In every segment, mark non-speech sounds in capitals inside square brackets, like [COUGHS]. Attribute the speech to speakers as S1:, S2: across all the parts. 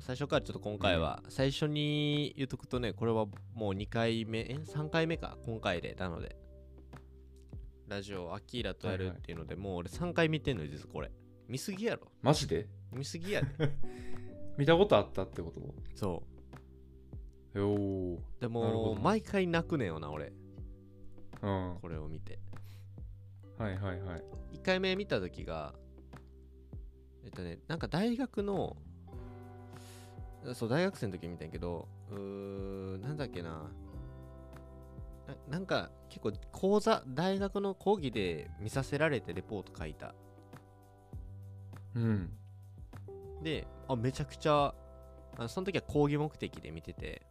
S1: 最初からちょっと今回は、最初に言っとくとね、これはもう2回目、え ?3 回目か、今回で、なので。ラジオ、アキーラとやるっていうので、もう俺3回見てんのよ、実はこれ。見すぎやろ。
S2: マジで
S1: 見すぎやで。
S2: [LAUGHS] 見たことあったってこと
S1: そ
S2: よー
S1: う。で
S2: なるほ
S1: も、
S2: ど
S1: 毎回泣くねんよな、俺。
S2: うん。
S1: これを見て。
S2: はいはいはい。
S1: 1回目見た時がえっとねなんか大学のそう大学生の時見たんやけどうーなんだっけなななんか結構講座大学の講義で見させられてレポート書いた
S2: うん。
S1: であめちゃくちゃあその時は講義目的で見てて、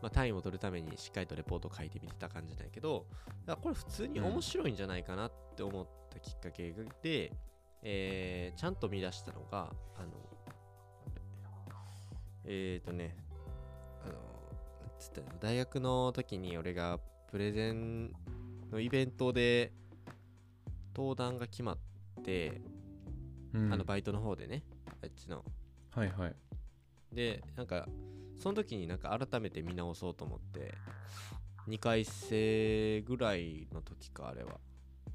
S1: まあ、単位を取るためにしっかりとレポートを書いてみてた感じなんやけどだからこれ普通に面白いんじゃないかなって思ったきっかけで、えーちゃんと見出したのがあのえっ、ー、とねあのなんつったらいいの大学の時に俺がプレゼンのイベントで登壇が決まって
S2: うん、
S1: あのバイトの方でね、あっちの。
S2: はいはい。
S1: で、なんか、その時になんか改めて見直そうと思って、2回生ぐらいの時か、あれは。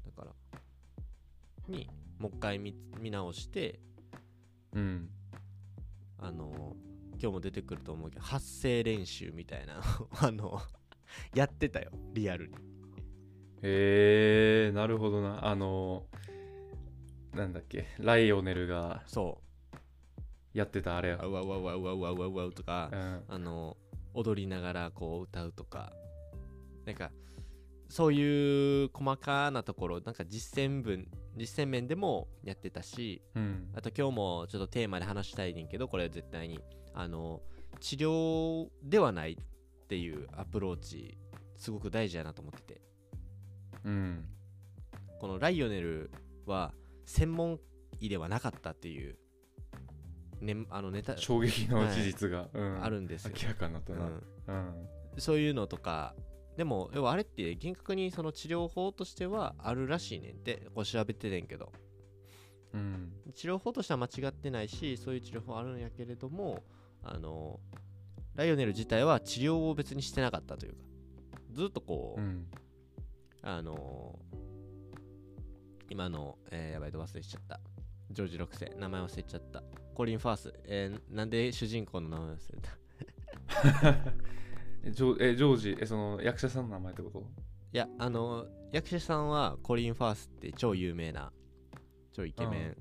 S1: だから、に、もう一回見見直して、
S2: うん。
S1: あの今日も出てくると思うけど、発声練習みたいな、あの、やってたよ、リアルに。
S2: えー、なるほどな。あのー、なんだっけ、ライオネルが
S1: そ
S2: やってたあれ
S1: う、あ
S2: や。
S1: うわうわうわうわうわうわうわうとか
S2: う、ん。
S1: あの踊りながらこう歌うとかなんかそういう細かなところなんか実践文実践面でもやってたし
S2: うん。
S1: あと今日もちょっとテーマで話したいねんけどこれは絶対にあの治療ではないっていうアプローチすごく大事やなと思ってて
S2: うん。
S1: このライオネルは専門医ではなかったっていう、ね、あのネタ
S2: 衝撃の事実が、うん、
S1: あるんですよ、
S2: 明らかになった
S1: う
S2: な。
S1: ん、
S2: うん。
S1: そういうのとかでも要はあれって厳格にその治療法としてはあるらしいねんってこう調べててんけど
S2: うん。
S1: 治療法としては間違ってないしそういう治療法あるんやけれどもあのライオネル自体は治療を別にしてなかったというかずっとこう、
S2: うん。
S1: あの今の、えーやばいと忘れしちゃったジョージ6世名前忘れちゃったコリン・ファース、えーなんで主人公の名前忘れたい
S2: えジョえジョージ、え、その役者さんの名前ってこと
S1: やあの役者さんはコリン・ファースって超有名な超イケメン、
S2: うん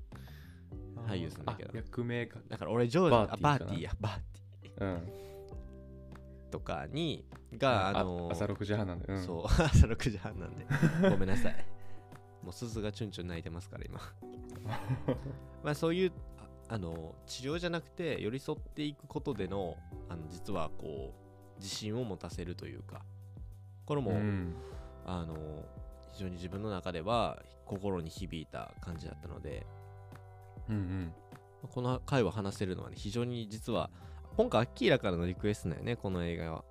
S1: 俳優さんだけど
S2: あ役名か。
S1: だから俺ジョージあバ
S2: バ
S1: ー
S2: ー
S1: テ
S2: ティーかな
S1: ィーやバーテ
S2: うん。
S1: ィーとかにがあの
S2: 朝6時半なんで。うん。
S1: そう [LAUGHS] 朝6時半
S2: [LAUGHS]
S1: なんでごめんなさいもう鈴がチュンチュン泣いてますから
S2: [LAUGHS]
S1: 今まあそういうああの治療じゃなくて寄り添っていくことでのあの実はこう自信を持たせるというかこれも、
S2: うん。
S1: あの非常に自分の中では心に響いた感じだったので
S2: うんうん。
S1: この回を話せるのはね非常に実は今回アッキーラからのリクエストだよねこの映画は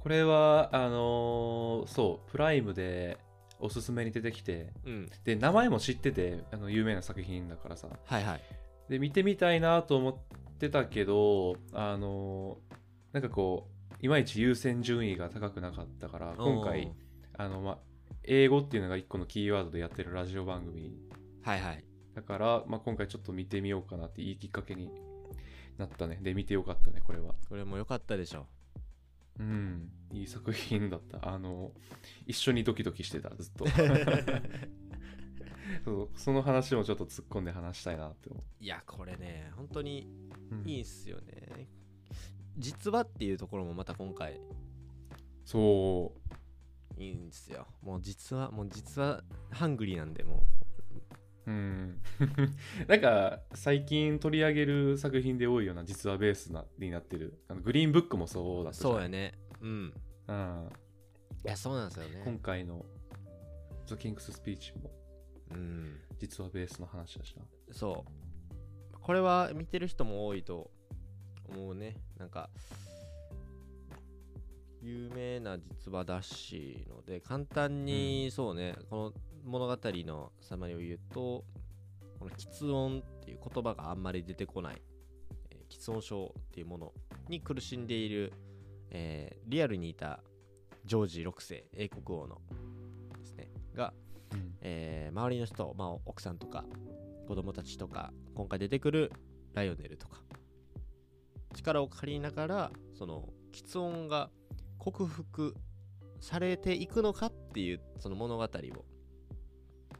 S2: これは、あのーそう、プライムでおすすめに出てきて、
S1: うん
S2: で、名前も知ってて、あの有名な作品だからさ。
S1: はいはい
S2: で、見てみたいなと思ってたけど、あのーなんかこう、いまいち優先順位が高くなかったから、今回、あの、ま、英語っていうのが一個のキーワードでやってるラジオ番組
S1: おーはいはい
S2: だから、まあ、今回ちょっと見てみようかなっていいきっかけになったね。で、見てよかったね、これは。
S1: これも良かったでしょ
S2: うん、いい作品だった。あの、一緒にドキドキしてた、ずっ
S1: [LAUGHS]
S2: と。そうその話もちょっと突っ込んで話したいなって思
S1: いやこれね本当に
S2: う。うん
S1: いいっすよね、実はっていうところもまた今回
S2: そ
S1: いいんですよもう実はもう実はハングリーなんでも
S2: う。うん。 [LAUGHS] なんか、最近取り上げる作品で多いような実話ベースなになってる。あのグリーンブックもそうだ
S1: う
S2: ったじゃん
S1: そうやねうん
S2: うん。
S1: いやそうなんですよ
S2: 今
S1: ね
S2: 回のザ・キングス・スピーチも
S1: うん
S2: 実話ベースの話だしな。
S1: そうこれは見てる人も多いと思うねなんか有名な実話だしので簡単に、そうねこの物語の様を言うとこの「喫音」っていう言葉があんまり出てこない既存症っていうものに苦しんでいる、えーリアルにいたジョージ6世英国王のですねが、
S2: うん
S1: えー周りの人、まあ、奥さんとか子供たちとか今回出てくるライオネルとか力を借りながらその喫音が克服されていくのかっていうその物語を、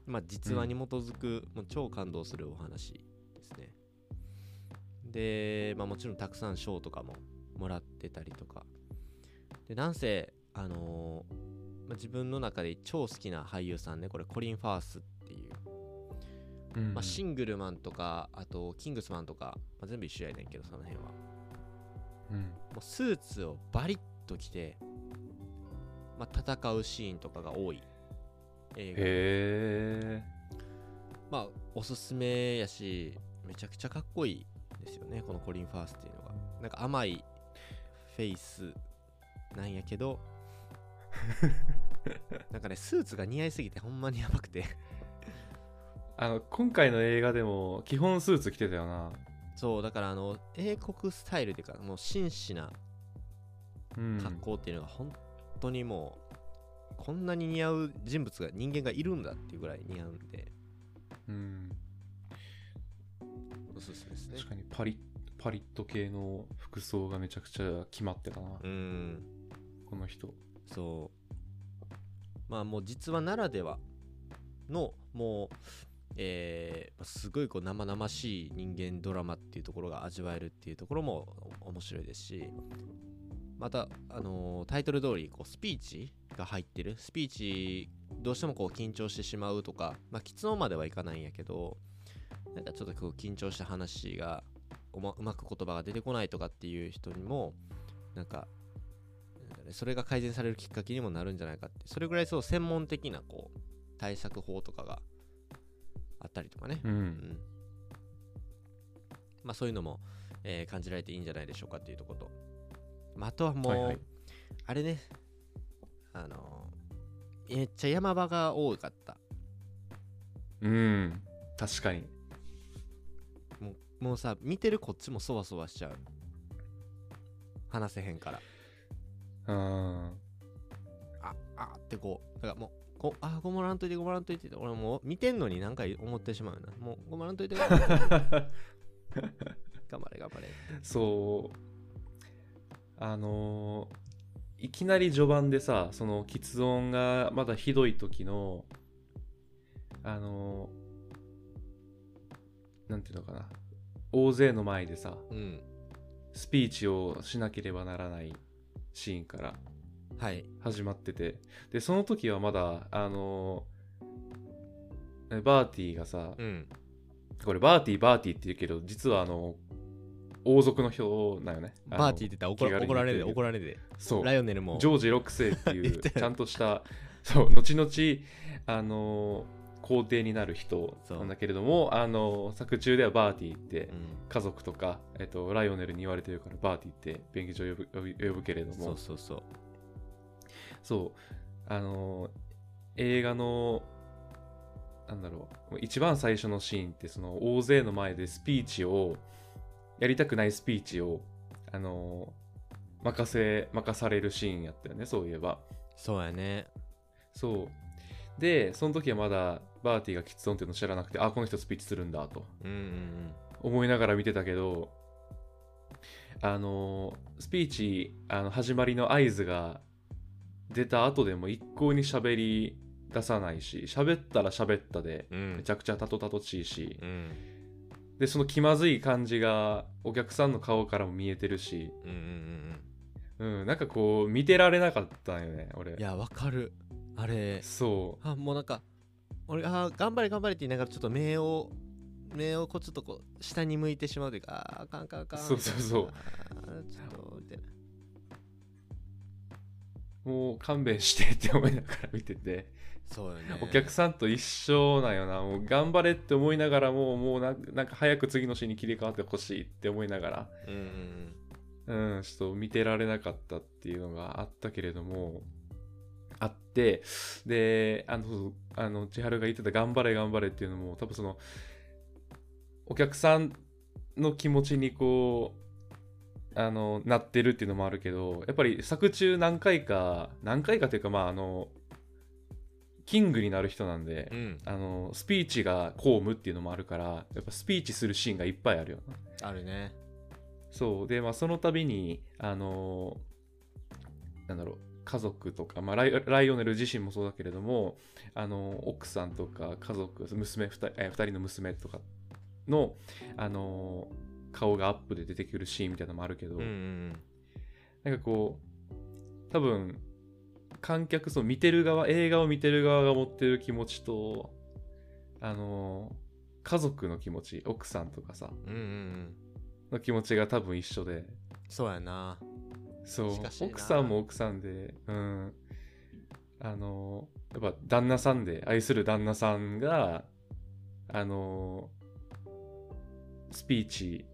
S1: まあ、実話に基づく、もう超感動するお話ですね。で、まあ、もちろんたくさん賞とかももらってたりとかでなんせあのーまあ自分の中で超好きな俳優さんねこれコリン・ファースっていう、
S2: うん
S1: まあ、シングルマンとかあとキングスマンとか、まあ、全部一緒やねんけどその辺は
S2: うん
S1: もうスーツをバリッと着て、まあ、戦うシーンとかが多い映
S2: へ
S1: 画
S2: え
S1: まあおすすめやしめちゃくちゃかっこいいですよねこのコリン・ファースっていうのがなんか甘いフェイスなんやけ
S2: [LAUGHS]
S1: どなんかねスーツが似合いすぎてほんまにやばくて
S2: あの今回の映画でも基本スーツ着てたよな、
S1: そうだからあの英国スタイルっていうかもう真摯な
S2: うん、
S1: 格好っていうのが本当にもう、こんなに似合う人物が人間がいるんだっていうぐらい似合うんで
S2: うん、
S1: おすすめですね
S2: 確かにパリパリッと系の服装がめちゃくちゃ決まってたな、
S1: うん
S2: この人
S1: そうまあもう実話ならではのもうえーすごいこう生々しい人間ドラマっていうところが味わえるっていうところもお面白いですしまた、あのータイトル通りこうスピーチが入ってるスピーチどうしてもこう緊張してしまうとかまあ喫音まではいかないんやけどなんかちょっとこう緊張した話がうまうまく言葉が出てこないとかっていう人にもなんかなんかねそれが改善されるきっかけにもなるんじゃないかってそれぐらいそう専門的なこう対策法とかがあったりとかね、
S2: う
S1: うんんまあ、そういうのも、えー感じられていいんじゃないでしょうかっていうとこと、まあ、あとはもう、
S2: はいはい
S1: あれねあのーめっちゃ山場が多かった
S2: うん確かに
S1: もうもうさ見てるこっちもそわそわしちゃう話せへんから
S2: うん [LAUGHS]
S1: ああってこうだからもうこあごまらんといてごまらんといてって俺もう見てんのに何回思ってしまうなもうごまらんといて
S2: [LAUGHS]
S1: 頑張れ頑張れ頑張れ
S2: そうあのーいきなり序盤でさその喫音がまだひどい時のあのーなんていうのかな大勢の前でさ
S1: うん
S2: スピーチをしなければならないシーンから
S1: はい
S2: 始まっててでその時はまだあのーバーティーがさ
S1: うん
S2: これバーティーバーティーって言うけど実はあの王族の人なんよねあの
S1: バーティーって言ったら怒ら
S2: 気軽に
S1: 怒られるで
S2: 言ってる
S1: 怒られるで
S2: そう
S1: ライオネルも
S2: ジョージ6世って
S1: [LAUGHS]
S2: い
S1: 言っ
S2: う
S1: てる
S2: ちゃんとしたそう後々あの皇帝になる人なんだけれどもあの作中ではバーティーって
S1: うん
S2: 家族とか、えっと、ライオネルに言われてるからバーティーって便宜上呼ぶ呼ぶ呼ぶけれども
S1: そうそうそう
S2: そうあの映画のなんだろう一番最初のシーンってその大勢の前でスピーチをやりたくないスピーチをあの任せ任されるシーンやったよねそういえば
S1: そうやね
S2: そうでその時はまだバーティが喫音っていうの知らなくてあこの人スピーチするんだと
S1: うんうん
S2: 思いながら見てたけどあのスピーチあの始まりの合図が出た後でも一向に喋り出さないし喋ったら喋ったで
S1: うんうん
S2: めちゃくちゃたとたとちいし
S1: うん
S2: でその気まずい感じがお客さんの顔からも見えてるし、
S1: うんうんうん
S2: うん、なんかこう見てられなかったんよね俺
S1: うんいやわかるあれ
S2: そ
S1: あもうなんか俺あー頑張れ頑張れって言いながらちょっと目を目をこうちょっとこう下に向いてしまうというかあーあかんあかんあかん
S2: そうそうそう
S1: あーちょっとみたいな
S2: うもう勘弁してって思いながら見てて
S1: そうよね
S2: お客さんと一緒なんよなもう頑張れって思いながらももうななんか早く次のシーンに切り替わってほしいって思いなが
S1: うんうんうん
S2: ら、うん、ちょっと見てられなかったっていうのがあったけれどもあってであのあの千春が言ってた「頑張れ頑張れ」っていうのも多分そのお客さんの気持ちにこうあのなってるっていうのもあるけどやっぱり作中何回か何回かというかまああのキングになる人なんで、
S1: うん
S2: あのスピーチが公務っていうのもあるからやっぱスピーチするシーンがいっぱいあるよな
S1: あるね
S2: そうでまあその度にあのなんだろう家族とか、まあ、ライライオネル自身もそうだけれどもあの奥さんとか家族娘 2, 人えー二人の娘とかのあの顔がアップで出てくるシーンみたいなのもあるけど、
S1: うんうん
S2: なんかこう多分観客そう見てる側映画を見てる側が持ってる気持ちとあの家族の気持ち奥さんとかさ
S1: うんうんうん
S2: の気持ちが多分一緒で
S1: そうやな
S2: そう
S1: しかしな
S2: 奥さんも奥さんでうんあのやっぱ旦那さんで愛する旦那さんがあのスピーチ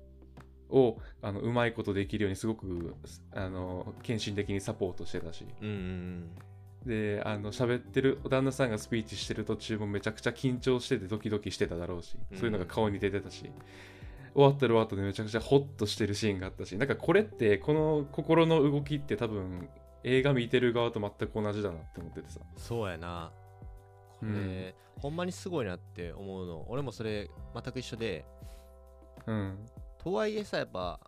S2: をあのうまいことできるようにすごくあの献身的にサポートしてたし
S1: うんうん
S2: であの喋ってる旦那さんがスピーチしてる途中もめちゃくちゃ緊張しててドキドキしてただろうしそういうのが顔に出てたし、終わったら終わったでめちゃくちゃホッとしてるシーンがあったしなんかこれってこの心の動きって多分映画見てる側と全く同じだなって思っててさ
S1: そうやなこれ、
S2: うん
S1: ほんまにすごいなって思うの俺もそれ全く一緒で
S2: うん
S1: とはいえさやっぱ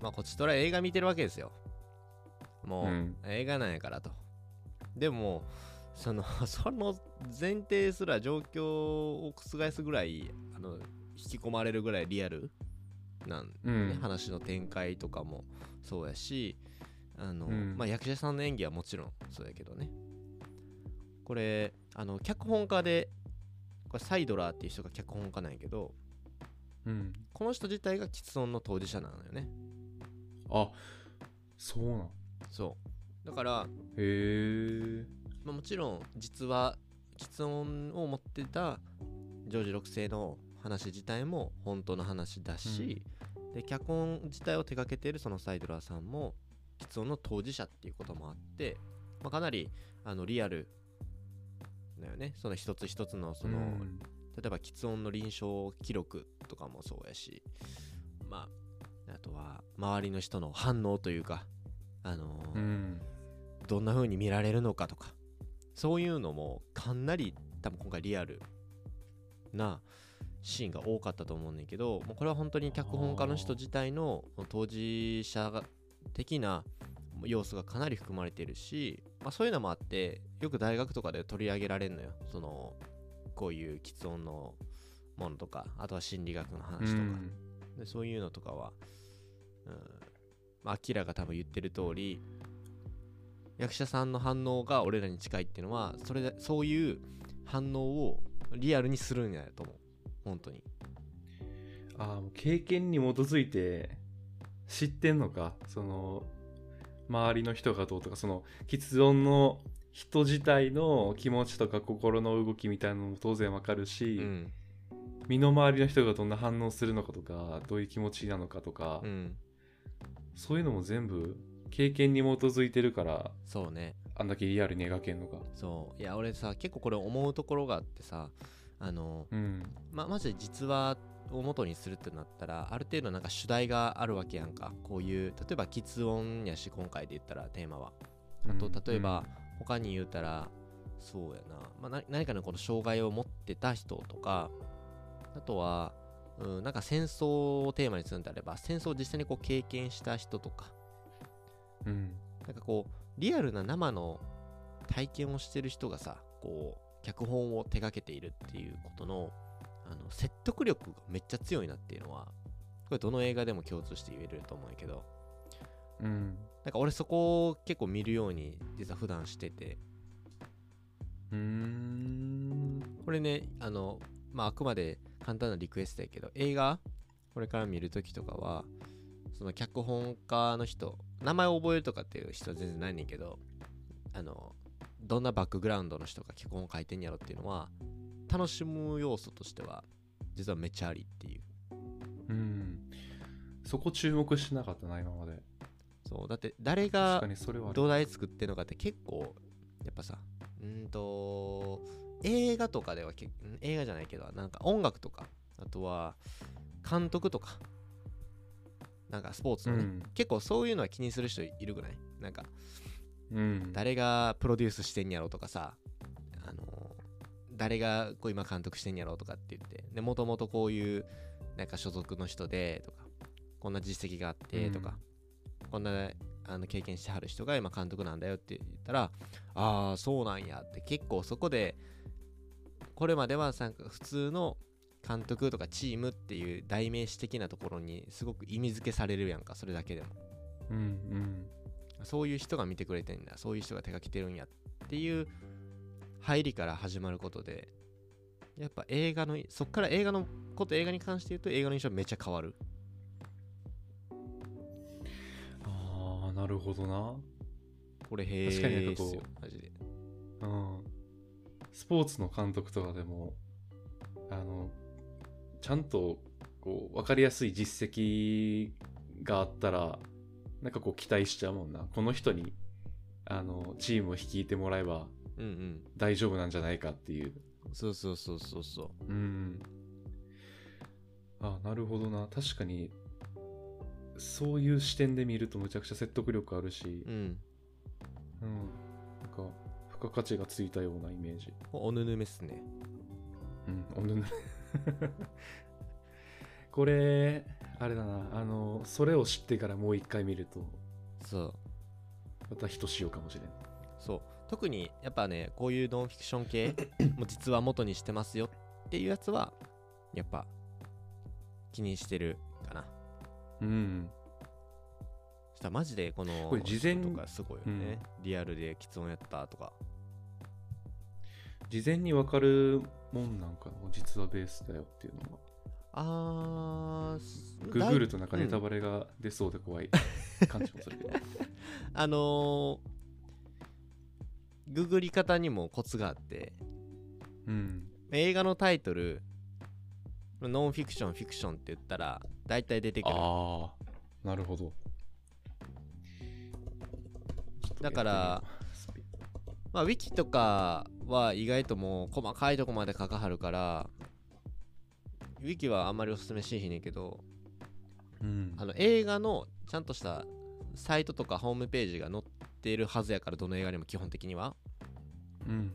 S1: まあこっちとら映画見てるわけですよもう、
S2: うん
S1: 映画なんやからとでもその [LAUGHS] その前提すら状況を覆すぐらいあの引き込まれるぐらいリアルなん
S2: う
S1: ね
S2: ん
S1: 話の展開とかもそうやしあの、
S2: うん
S1: まあ、役者さんの演技はもちろんそうやけどねこれあの脚本家でこれサイドラーっていう人が脚本家なんやけど
S2: うん
S1: この人自体が喫音の当事者なのよね
S2: あそうなん
S1: そうだから、
S2: へえ
S1: まあ、もちろん実は喫音を持ってたジョージ6世の話自体も本当の話だし、で脚本自体を手掛けているそのサイドラーさんも喫音の当事者っていうこともあって、まあ、かなりあのリアルだよねその一つ一つのその、例えば喫音の臨床記録とかもそうやしまああとは周りの人の反応というかあのー
S2: うん
S1: どんな風に見られるのかとかそういうのもかなり多分今回リアルなシーンが多かったと思うねんだけどもうこれは本当に脚本家の人自体の当事者が的な要素がかなり含まれてるし、まあ、そういうのもあってよく大学とかで取り上げられるのよそのこういう喫音のものとかあとは心理学の
S2: う
S1: 話とか、
S2: ん
S1: でそういうのとかは、うんまあ、アキラが多分言ってる通り役者さんの反応が俺らに近いっていうのはそれでそういう反応をリアルにするんやと思う本当に
S2: あーもう経験に基づいて知ってんのかその周りの人がどうとかその喫音の人自体の気持ちとか心の動きみたいなのも当然わかるし、
S1: うん
S2: 身の回りの人がどんな反応するのかとかどういう気持ちなのかとか、
S1: うん
S2: そういうのも全部経験に基づいてるから
S1: そうね
S2: あんだけリアルに描けんのか
S1: そういや俺さ結構これ思うところがあってさあの
S2: うん
S1: ままず実話を元にするってなったらある程度なんか主題があるわけやんかこういう例えば喫音やし今回で言ったらテーマはあと
S2: うん
S1: 例えば他に言うたらそうやな、まあ、な何かのこの障害を持ってた人とかあとは、うん、なんか戦争をテーマにするんであれば戦争を実際にこう経験した人とか
S2: うん
S1: なんかこうリアルな生の体験をしてる人がさこう脚本を手掛けているっていうことのあの説得力がめっちゃ強いなっていうのはこれどの映画でも共通して言えると思うんやけど
S2: うん
S1: なんか俺そこを結構見るように実は普段してて
S2: うーん
S1: これねあのまああくまで簡単なリクエストやけど映画これから見るときとかはその脚本家の人名前を覚えるとかっていう人は全然ないねんけどあのどんなバックグラウンドの人が脚本を書いてんやろっていうのは楽しむ要素としては実はめっちゃありっていう
S2: うんそこ注目してなかったな今まで
S1: そうだって誰
S2: 確
S1: が
S2: かにそれはある
S1: 土台作ってるのかって結構やっぱさうーんと映画とかではけん映画じゃないけどなんか音楽とかあとは監督とかなんかスポーツのね、
S2: うん
S1: 結構そういうのは気にする人いるぐらいなんか
S2: うん、
S1: 誰がプロデュースしてんやろとかさあの誰がこう今監督してんやろとかって言ってでもともとこういうなんか所属の人でとかこんな実績があってとか、こんなあの経験してはる人が今監督なんだよって言ったらああそうなんやって結構そこでこれまではさ普通の監督とかチームっていう代名詞的なところにすごく意味付けされるやんかそれだけでも
S2: うんうん
S1: そういう人が見てくれてんだそういう人が手がけてるんやっていう入りから始まることでやっぱ映画のそっから映画のこと映画に関して言うと映画の印象めっちゃ変わる
S2: ああなるほどな
S1: これへえ
S2: 確かになんかこう
S1: マジで
S2: うん、スポーツの監督とかでもあのちゃんとこう分かりやすい実績があったらなんかこう期待しちゃうもんなこの人にあのチームを率いてもらえば
S1: うんうん
S2: 大丈夫なんじゃないかっていう
S1: そうそうそうそうそ
S2: うんあなるほどな確かにそういう視点で見るとむちゃくちゃ説得力あるし
S1: ううん
S2: うんなんか付加価値がついたようなイメージ
S1: おぬぬめっすね
S2: うん、おぬぬこれあれだなあのそれを知ってからもう一回見ると
S1: そう
S2: またひとしおかもしれん
S1: そう特にやっぱねこういうノンフィクション
S2: [COUGHS]
S1: 系もう実は元にしてますよっていうやつはやっぱ気にしてるかな
S2: うん
S1: そしたらマジでこの
S2: これ事前
S1: 人とかすごいよね、リアルでき音やったとか
S2: 事前にわかるもんなんかな実はベースだよっていうのは
S1: あー
S2: ググると
S1: だい
S2: なんかネタバレが出そうで怖い感じもするけど
S1: あのーググり方にもコツがあって
S2: うん
S1: 映画のタイトルノンフィクションフィクションって言ったら大体出てくる
S2: ああなるほど
S1: だから
S2: ちょっとやってみよう
S1: まあウィキとかは意外ともう細かいとこまで書かはるからウィキはあんまりおすすめしへんねんけど
S2: うん
S1: あの映画のちゃんとしたサイトとかホームページが載ってるはずやからどの映画にも基本的には
S2: うん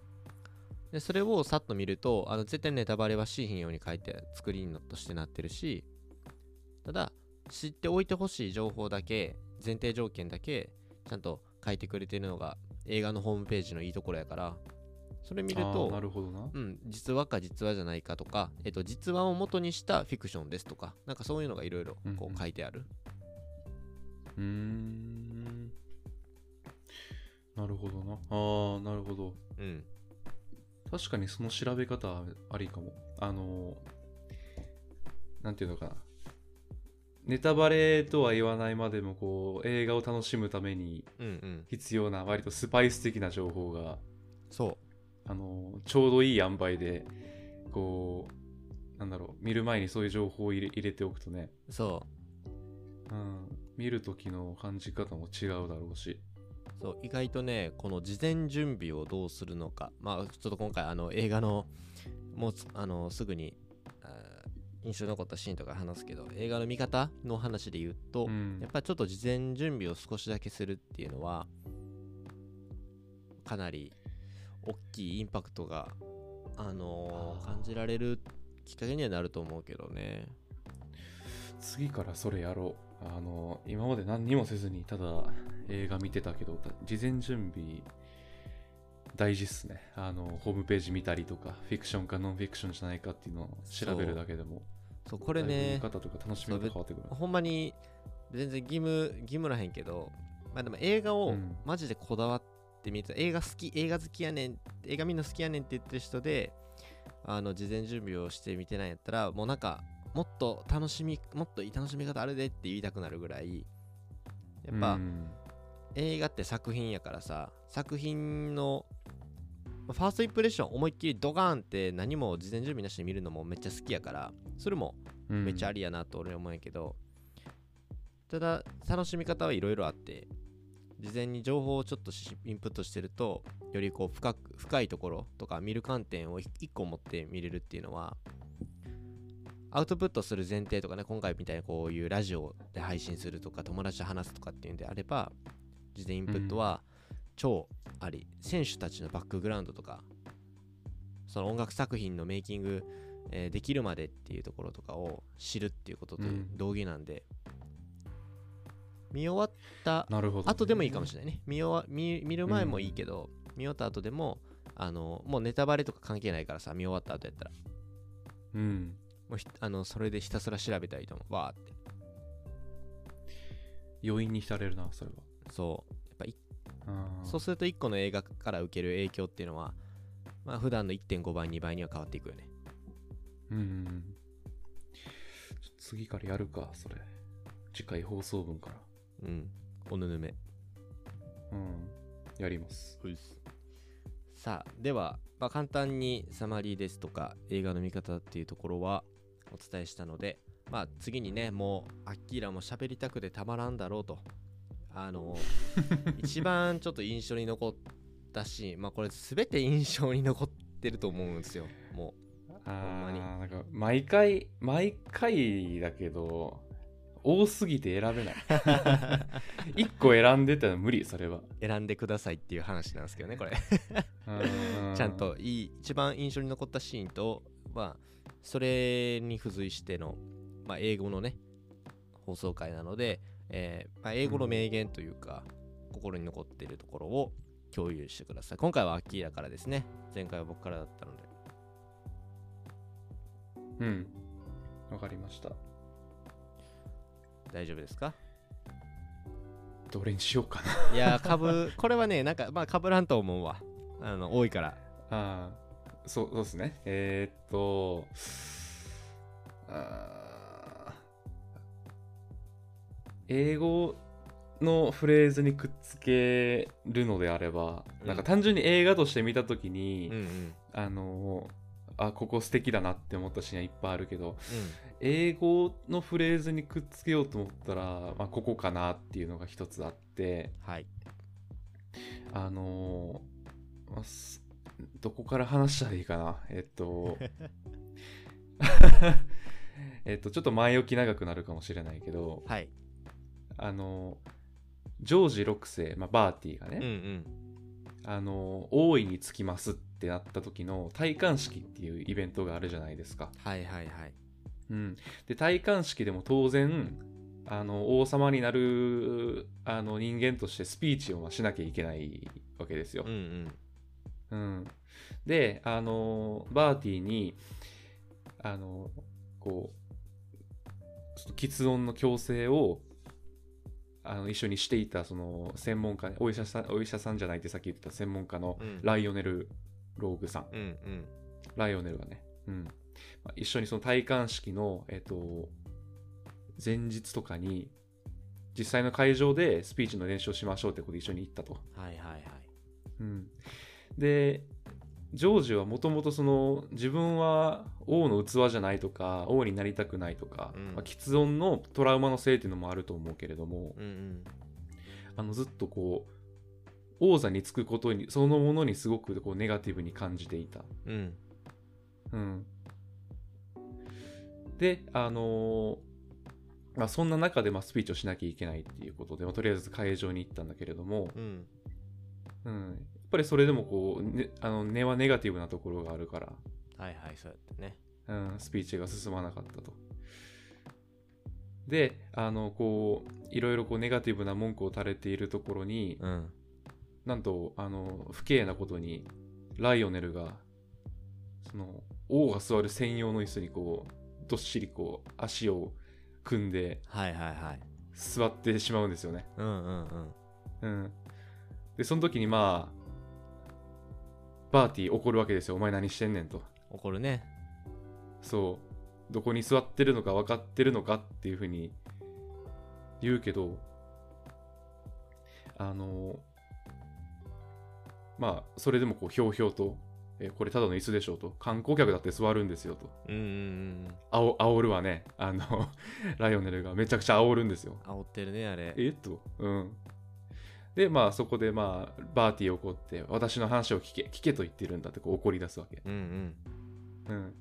S1: でそれをさっと見るとあの絶対ネタバレはしひんように書いて作りのとしてなってるしただ知っておいてほしい情報だけ前提条件だけちゃんと書いてくれてるのが映画のホームページのいいところやからそれ見る
S2: あーな
S1: と
S2: るほどな
S1: うん、実話か実話じゃないかとか、えっと、実話を元にしたフィクションですとかなんかそういうのがいろいろ
S2: う
S1: こ
S2: んうん
S1: う書いてある、
S2: うーんなるほどな。ああ、なるほど。
S1: うん、
S2: 確かにその調べ方ありかも。あのー、なんていうのかな。ネタバレとは言わないまでも、こう、映画を楽しむために
S1: うんうん
S2: 必要な、割とスパイス的な情報が、
S1: そう
S2: あのー、ちょうどいい塩梅で、こう、なんだろう、見る前にそういう情報を入れ入れておくとね、
S1: そ
S2: うん、見る時の感じ方も違うだろうし。
S1: うそう意外とねこの事前準備をどうするのかまあちょっと今回あの映画のもうつあのすぐにあー印象に残ったシーンとか話すけど映画の見方の話で言うと、
S2: うん
S1: やっぱりちょっと事前準備を少しだけするっていうのはかなり大きいインパクトが、あのー
S2: あー
S1: 感じられるきっかけにはなると思うけどね
S2: 次からそれやろうあの今まで何にもせずにただ映画見てたけどた事前準備大事っすねあのホームページ見たりとかフィクションかノンフィクションじゃないかっていうのを調べるだけでも
S1: そうこ
S2: こ
S1: れね
S2: 見方とか楽しみ方変わってくる
S1: ほんまに全然義務義務らへんけど、まあ、でも映画
S2: う
S1: を
S2: ん
S1: マジでこだわって見て、映画好き映画好きやねん映画見んの好きやねんって言ってる人であの事前準備をして見てないんやったらもうなんかもっと楽しみもっといい楽しみ方あるでって言いたくなるぐらいやっぱ、
S2: うん
S1: 映画って作品やからさ作品のまあファーストインプレッション思いっきりドガーンって何も事前準備なしで見るのもめっちゃ好きやからそれも
S2: うん
S1: めっちゃありやなと俺は思うんやけど、ただ楽しみ方はいろいろあって事前に情報をちょっとしインプットしてるとよりこう深く深いところとか見る観点を一一個持って見れるっていうのはアウトプットする前提とかね今回みたいにこういうラジオで配信するとか友達と話すとかっていうんであれば事前インプットは超あり、選手たちのバックグラウンドとかその音楽作品のメイキング、えーできるまでっていうところとかを知るっていうことと
S2: うん
S1: 同義なんで、見終わった
S2: なるほど、
S1: 後でもいいかもし
S2: れ
S1: れないね見終わ見見る前もいいけど、見終わった後でもあのもうネタバレとか関係ないからさ見終わった後やったら
S2: ない。うん。
S1: もうひあのそれでひたすら調べたりともわーって
S2: 余韻に浸れるな、それは。
S1: そうやっぱい
S2: あー
S1: そうすると1個の映画から受ける影響っていうのはまあ普段の1.5倍2倍には変わっていくよね
S2: うんうんうん。ちょっと次からやるか、それ。次回放送分から。
S1: うんおぬぬめ
S2: うん。やります。
S1: さあでは、まあ、簡単にサマリーですとか映画の見方っていうところはお伝えしたのでまあ次にねもうアッキーラも喋りたくてたまらんだろうとあの一番ちょっと印象に残ったしまあこれ全て印象に残ってると思うんですよも
S2: あ
S1: んまに
S2: ーなんか、毎回、毎回だけど、多すぎて選べ
S1: [LAUGHS]
S2: ない。一個選んでたら無理、それは。
S1: う選んでくださいっていう話なんですけどねこれ
S2: う
S1: [LAUGHS] ちゃん。といい一番印象に残ったシーンと、まあ、それに付随しての、まあ、英語のね放送回なので、えーまあ、英語の名言というか、心に残っているところを共有してください今回はアッキーラからですね前回は僕からだったので
S2: うん。わかりました。
S1: 大丈夫ですか
S2: どれにしようかな。
S1: い [LAUGHS] やー株これはねなんかまあ株らんと思うわあの多いから
S2: あーそうそうですね。えーっと、あー英語のフレーズにくっつけるのであれば、
S1: うん
S2: なんか単純に映画として見たときに、
S1: うんうんうん
S2: あのあここ素敵だなって思ったシーンはいっぱいあるけど英語のフレーズにくっつけようと思ったら、まあ、ここかなっていうのが一つあって
S1: はい
S2: あのーまあすどこから話したらいいかなえっと [LAUGHS] えっとちょっと前置き長くなるかもしれないけど
S1: はい
S2: あのージョージ6世、まあ、バーティーが
S1: うんう
S2: ね、
S1: ん
S2: あのー大いにつきますってなった時の戴冠式っていうイベントがあるじゃないですか。
S1: はいはいはい
S2: うん、で戴冠式でも当然あの王様になるあの人間としてスピーチをまあしなきゃいけないわけですよ
S1: うんう。ん
S2: うん、であのバーティーにあのこうちょっと喫音の矯正をあの一緒にしていたその専門家お医者さんお医者さんじゃないってさっき言ってた専門家の
S1: うん
S2: ライオネル・ローグさん
S1: うんうん
S2: ライオネルがね、うんまあ一緒にその戴冠式の、えっと前日とかに実際の会場でスピーチの練習をしましょうってことで一緒に行ったと。
S1: はいはいはい
S2: うん、でジョージはもともとその自分は王の器じゃないとか王になりたくないとか、
S1: うん
S2: まあ、喫音のトラウマのせいっていうのもあると思うけれども
S1: うんうん
S2: あのずっとこう王座につくことにそのものにすごくこうネガティブに感じていた。
S1: うん
S2: うん、であのーまあ、そんな中でまあスピーチをしなきゃいけないっていうことで、まあとりあえず会場に行ったんだけれども、
S1: うん
S2: うん、やっぱりそれでもこう、ね、あの根はネガティブなところがあるから、
S1: はいはいそうやってね
S2: うん、スピーチが進まなかったと。であのこういろいろこうネガティブな文句を垂れているところに
S1: うん
S2: なんとあの不敬なことにライオネルがその王が座る専用の椅子にこうどっしりこう足を組んで
S1: はいはいはい
S2: 座ってしまうんですよね。
S1: うんうんうん
S2: うん、でその時にまあバーティー怒るわけですよ「お前何してんねん」と。
S1: 怒るね
S2: そうどこに座ってるのか分かってるのかっていうふうに言うけどあのまあそれでもこうひょうひょうと「えこれただの椅子でしょ」と「観光客だって座るんですよ」と
S1: うんうんうん
S2: あお煽るわねあの [LAUGHS] ライオネルがめちゃくちゃ煽るんですよ
S1: 煽ってるねあれ
S2: えっとうんでまあそこでまあバーティー怒って「私の話を聞け聞け」と言ってるんだってこう怒り出すわけ
S1: うん
S2: うん、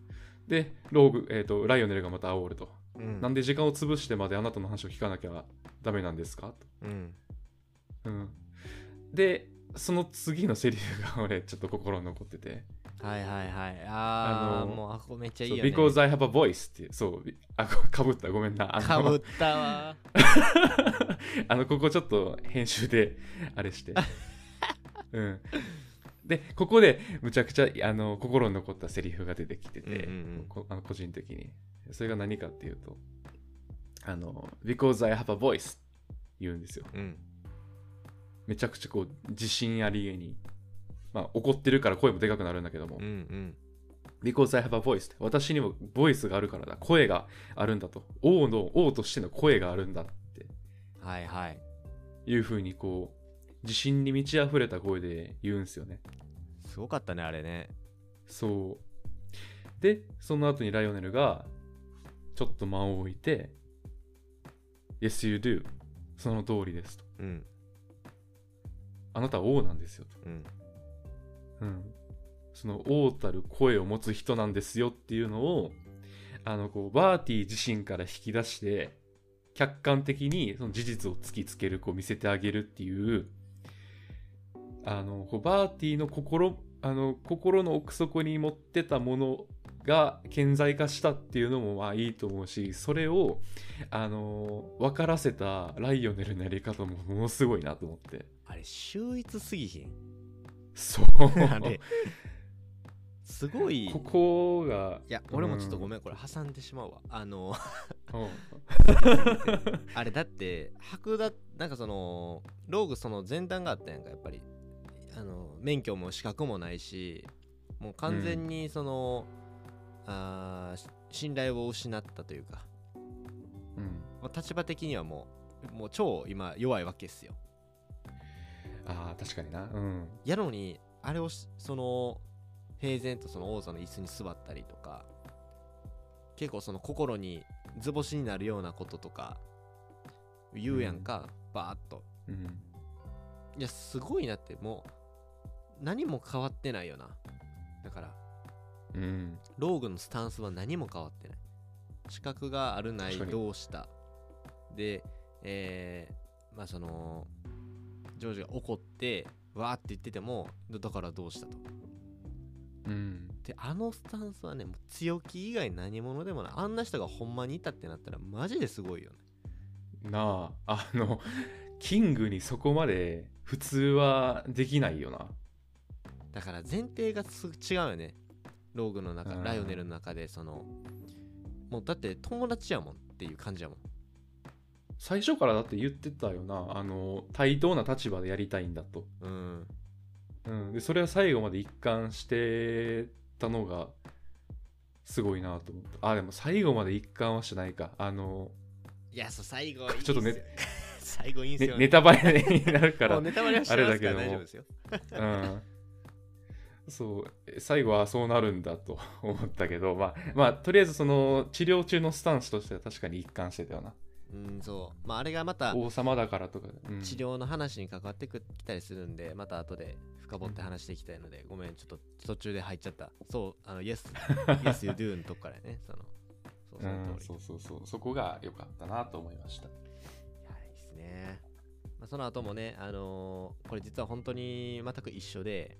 S2: でローグ、えー、とライオネルがまた煽ると、
S1: うん
S2: なんで時間を潰してまであなたの話を聞かなきゃダメなんですか
S1: うん
S2: と、うん、でその次のセリフが俺ちょっと心に残ってて
S1: はいはいはいあー
S2: あの
S1: もうあこめっち
S2: 「
S1: ゃいい
S2: そう
S1: よね
S2: Because I have a voice」っていうそうあこかぶったごめんなあの
S1: かぶったわ
S2: [LAUGHS] あのここちょっと編集であれして
S1: [LAUGHS]
S2: うんでここでむちゃくちゃあの心に残ったセリフが出てきてて、
S1: うんうんうん
S2: こあの個人的にそれが何かっていうとあの「Because I have a voice」言うんですよ
S1: うん
S2: めちゃくちゃこう自信ありげに、まあ、怒ってるから声もでかくなるんだけども、
S1: うんうん、
S2: Because I have a voice って私にもボイスがあるからだ声があるんだと王の王としての声があるんだって
S1: はいはい
S2: いうふうにこう自信に満ち溢れた声で言うんですよね
S1: すごかったねあれね
S2: そうでその後にライオネルがちょっと間を置いて Yes you do その通りですと
S1: うん
S2: あなたは王なんですよと
S1: うん
S2: うん、その王たる声を持つ人なんですよっていうのをあのこうバーティ自身から引き出して客観的にその事実を突きつけるこう見せてあげるっていうあのこうバーティの心あの心の奥底に持ってたものが顕在化したっていうのもまあいいと思うしそれをあの分からせたライオネルのやり方もものすごいなと思って
S1: あれ秀逸すぎひん [LAUGHS]
S2: そう
S1: あれすごいい
S2: [LAUGHS] ここが
S1: や俺もちょっとごめんこれ挟んでしまうわあの
S2: うん
S1: あれだって白だなんかそのローグその前段があったやんかやっぱりあの免許も資格もないしもう完全にその、あーし信頼を失ったというか、
S2: うん
S1: まあ立場的にはもうもう超今弱いわけですよ
S2: ああ確かになうん
S1: やのにあれをしその平然とその王座の椅子に座ったりとか結構その心に図星になるようなこととか言うやんか、バーッと
S2: うん
S1: いや、すごいなって、もう、何も変わってないよな。だから、
S2: うん
S1: ローグのスタンスは何も変わってない。資格があるない、
S2: 確かに
S1: どうした。で、えー、まあその、ジョージが怒って、わーって言ってても、だだからどうしたと。
S2: うん
S1: で、あのスタンスはね、もう強気以外何者でもない。あんな人がほんまにいたってなったら、マジですごいよね。
S2: なああのキングにそこまで普通はできないよな
S1: だから前提がす違うよねローグの中
S2: うん
S1: ライオネルの中でそのもうだって友達やもんっていう感じやもん
S2: 最初からだって言ってたよなあの対等な立場でやりたいんだと、
S1: うん
S2: うん、でそれは最後まで一貫してたのがすごいなと思ったあでも最後まで一貫はしてないかあの、
S1: いやそう最後いいすよ
S2: ちょっとね
S1: 最後いいんす
S2: ね
S1: よ、ね
S2: ネタバレになるから
S1: もうネタバレはしてますから
S2: あれだけども
S1: 大丈夫ですよ
S2: うんそうえ最後はそうなるんだと思ったけど、まあ、まあとりあえずその治療中のスタンスとしては確かに一貫してたよな
S1: うんそうまああれがまた
S2: 王様だからとか、うん
S1: 治療の話に関わってくきたりするんでまた後で深掘って話していきたいのでごめんちょっと途中で入っちゃったそうあの Yes Yes You Do のとこからねそのそう
S2: う
S1: その
S2: ん
S1: 通り
S2: そうそうそうそこが良かったなと思いました
S1: いやいいっすね、まあ、その後もね、あのーこれ実は本当に全く一緒で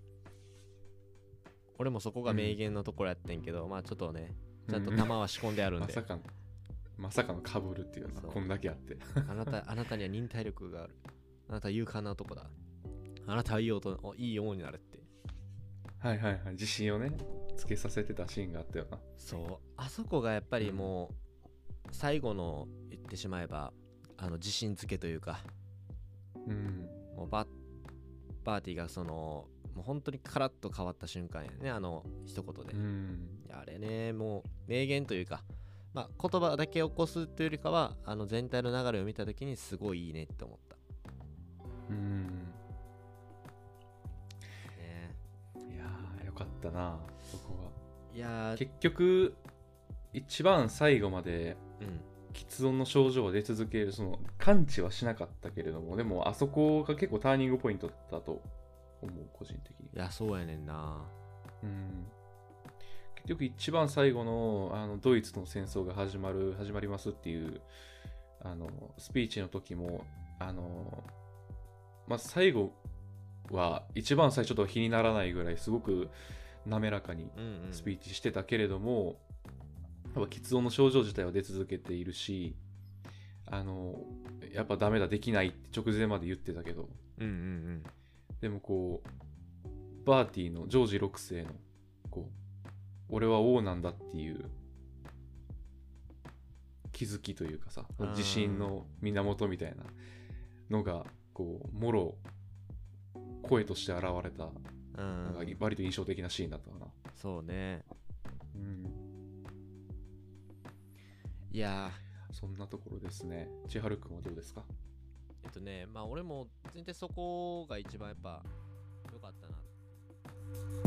S1: 俺もそこが名言のところやってんけど、まあちょっとねちゃんと
S2: うん
S1: 弾は仕込んであるん [LAUGHS]
S2: ま
S1: で、
S2: さかのまさかのかぶるっていうのは
S1: そう
S2: こんだけあって
S1: あなたあなたには忍耐力があるあなたは勇敢な男だあなたはいい音おいい思いになるって
S2: はいはいはい自信をねつけさせてたシーンがあったよな
S1: そうあそこがやっぱりもう最後の言ってしまえばあの自信つけというか
S2: うん
S1: もうバッバーティがそのもう本当にカラッと変わった瞬間やねあの一言で、
S2: うん
S1: いやあれねもう名言というか、まあ、言葉だけ起こすというよりかはあの全体の流れを見た時にすごいいいねって思った、
S2: うん
S1: ね、
S2: いやーよかったなそこはい
S1: やー
S2: 結局一番最後まで
S1: うん
S2: 喫音の症状は出続けるその完治はしなかったけれどもでもあそこが結構ターニングポイントだと思う個人的に
S1: いやそうやねんない
S2: うん結よく一番最後のあのドイツの戦争が始まる始まりますっていうあのスピーチの時もあの、まあ、最後は一番最初とは比にならないぐらいすごく滑らかに
S1: うんうん
S2: スピーチしてたけれども、やっぱ喫音の症状自体は出続けているしあのやっぱダメだできないって直前まで言ってたけど
S1: うんうん
S2: でもこうバーティのジョージ6世のこう俺は王なんだっていう気づきというかさ
S1: うん
S2: 自信の源みたいなのがこうもろ声として現れた
S1: う
S2: なんか
S1: ん、うん、
S2: 割と印象的なシーンだったかな。
S1: そうね
S2: うん
S1: いや
S2: そんなところですね。千春くんはどうですか
S1: ーえっとねまあ俺も全然そこが一番やっぱ良かったな